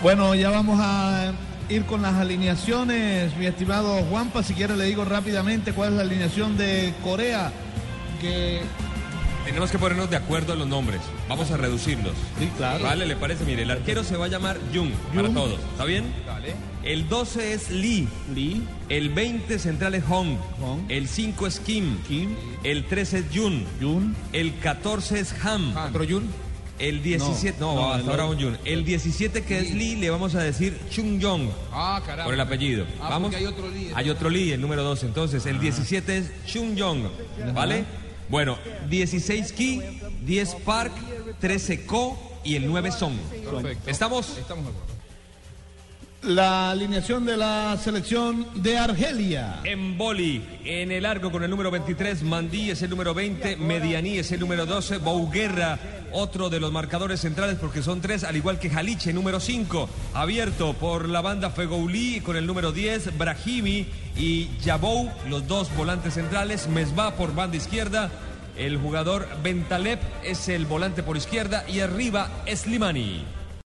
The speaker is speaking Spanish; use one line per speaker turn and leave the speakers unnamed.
Bueno, ya vamos a ir con las alineaciones. Mi estimado Juanpa, si quiere le digo rápidamente cuál es la alineación de Corea. Que
Tenemos que ponernos de acuerdo en los nombres. Vamos a reducirlos.
Sí, claro.
Vale, ¿le parece? Mire, el arquero se va a llamar Jung, para
Jung.
todos. ¿Está bien? El 12 es Lee.
Lee,
El 20 central es Hong.
Hong.
El 5 es Kim.
Kim,
El 13 es Jun.
Jun,
El 14 es Ham. ¿Otro Jun? El 17, no,
No,
va,
el
hasta ahora
otro.
un Jun. El 17 que es Lee, le vamos a decir Chung Yong.
Ah, caramba.
Por el apellido.
Ah,
¿Vamos?
porque hay otro Lee.
Hay otro Lee, el número 12. Entonces, el 17 es Chung Yong. ¿Vale? Bueno, 16 Ki, 10 Park, 13 Ko y el 9 Song.
Perfecto.
¿Estamos?
Estamos de acuerdo.
la alineación de la selección de Argelia.
En boli, en el arco con el número 23, Mandí es el número 20, Medianí es el número 12, Bouguerra, otro de los marcadores centrales porque son tres, al igual que Jaliche, número 5, abierto por la banda Fegouli con el número 10, Brahimi y Yabou, los dos volantes centrales, Mesbah por banda izquierda, el jugador Bentaleb es el volante por izquierda y arriba Slimani.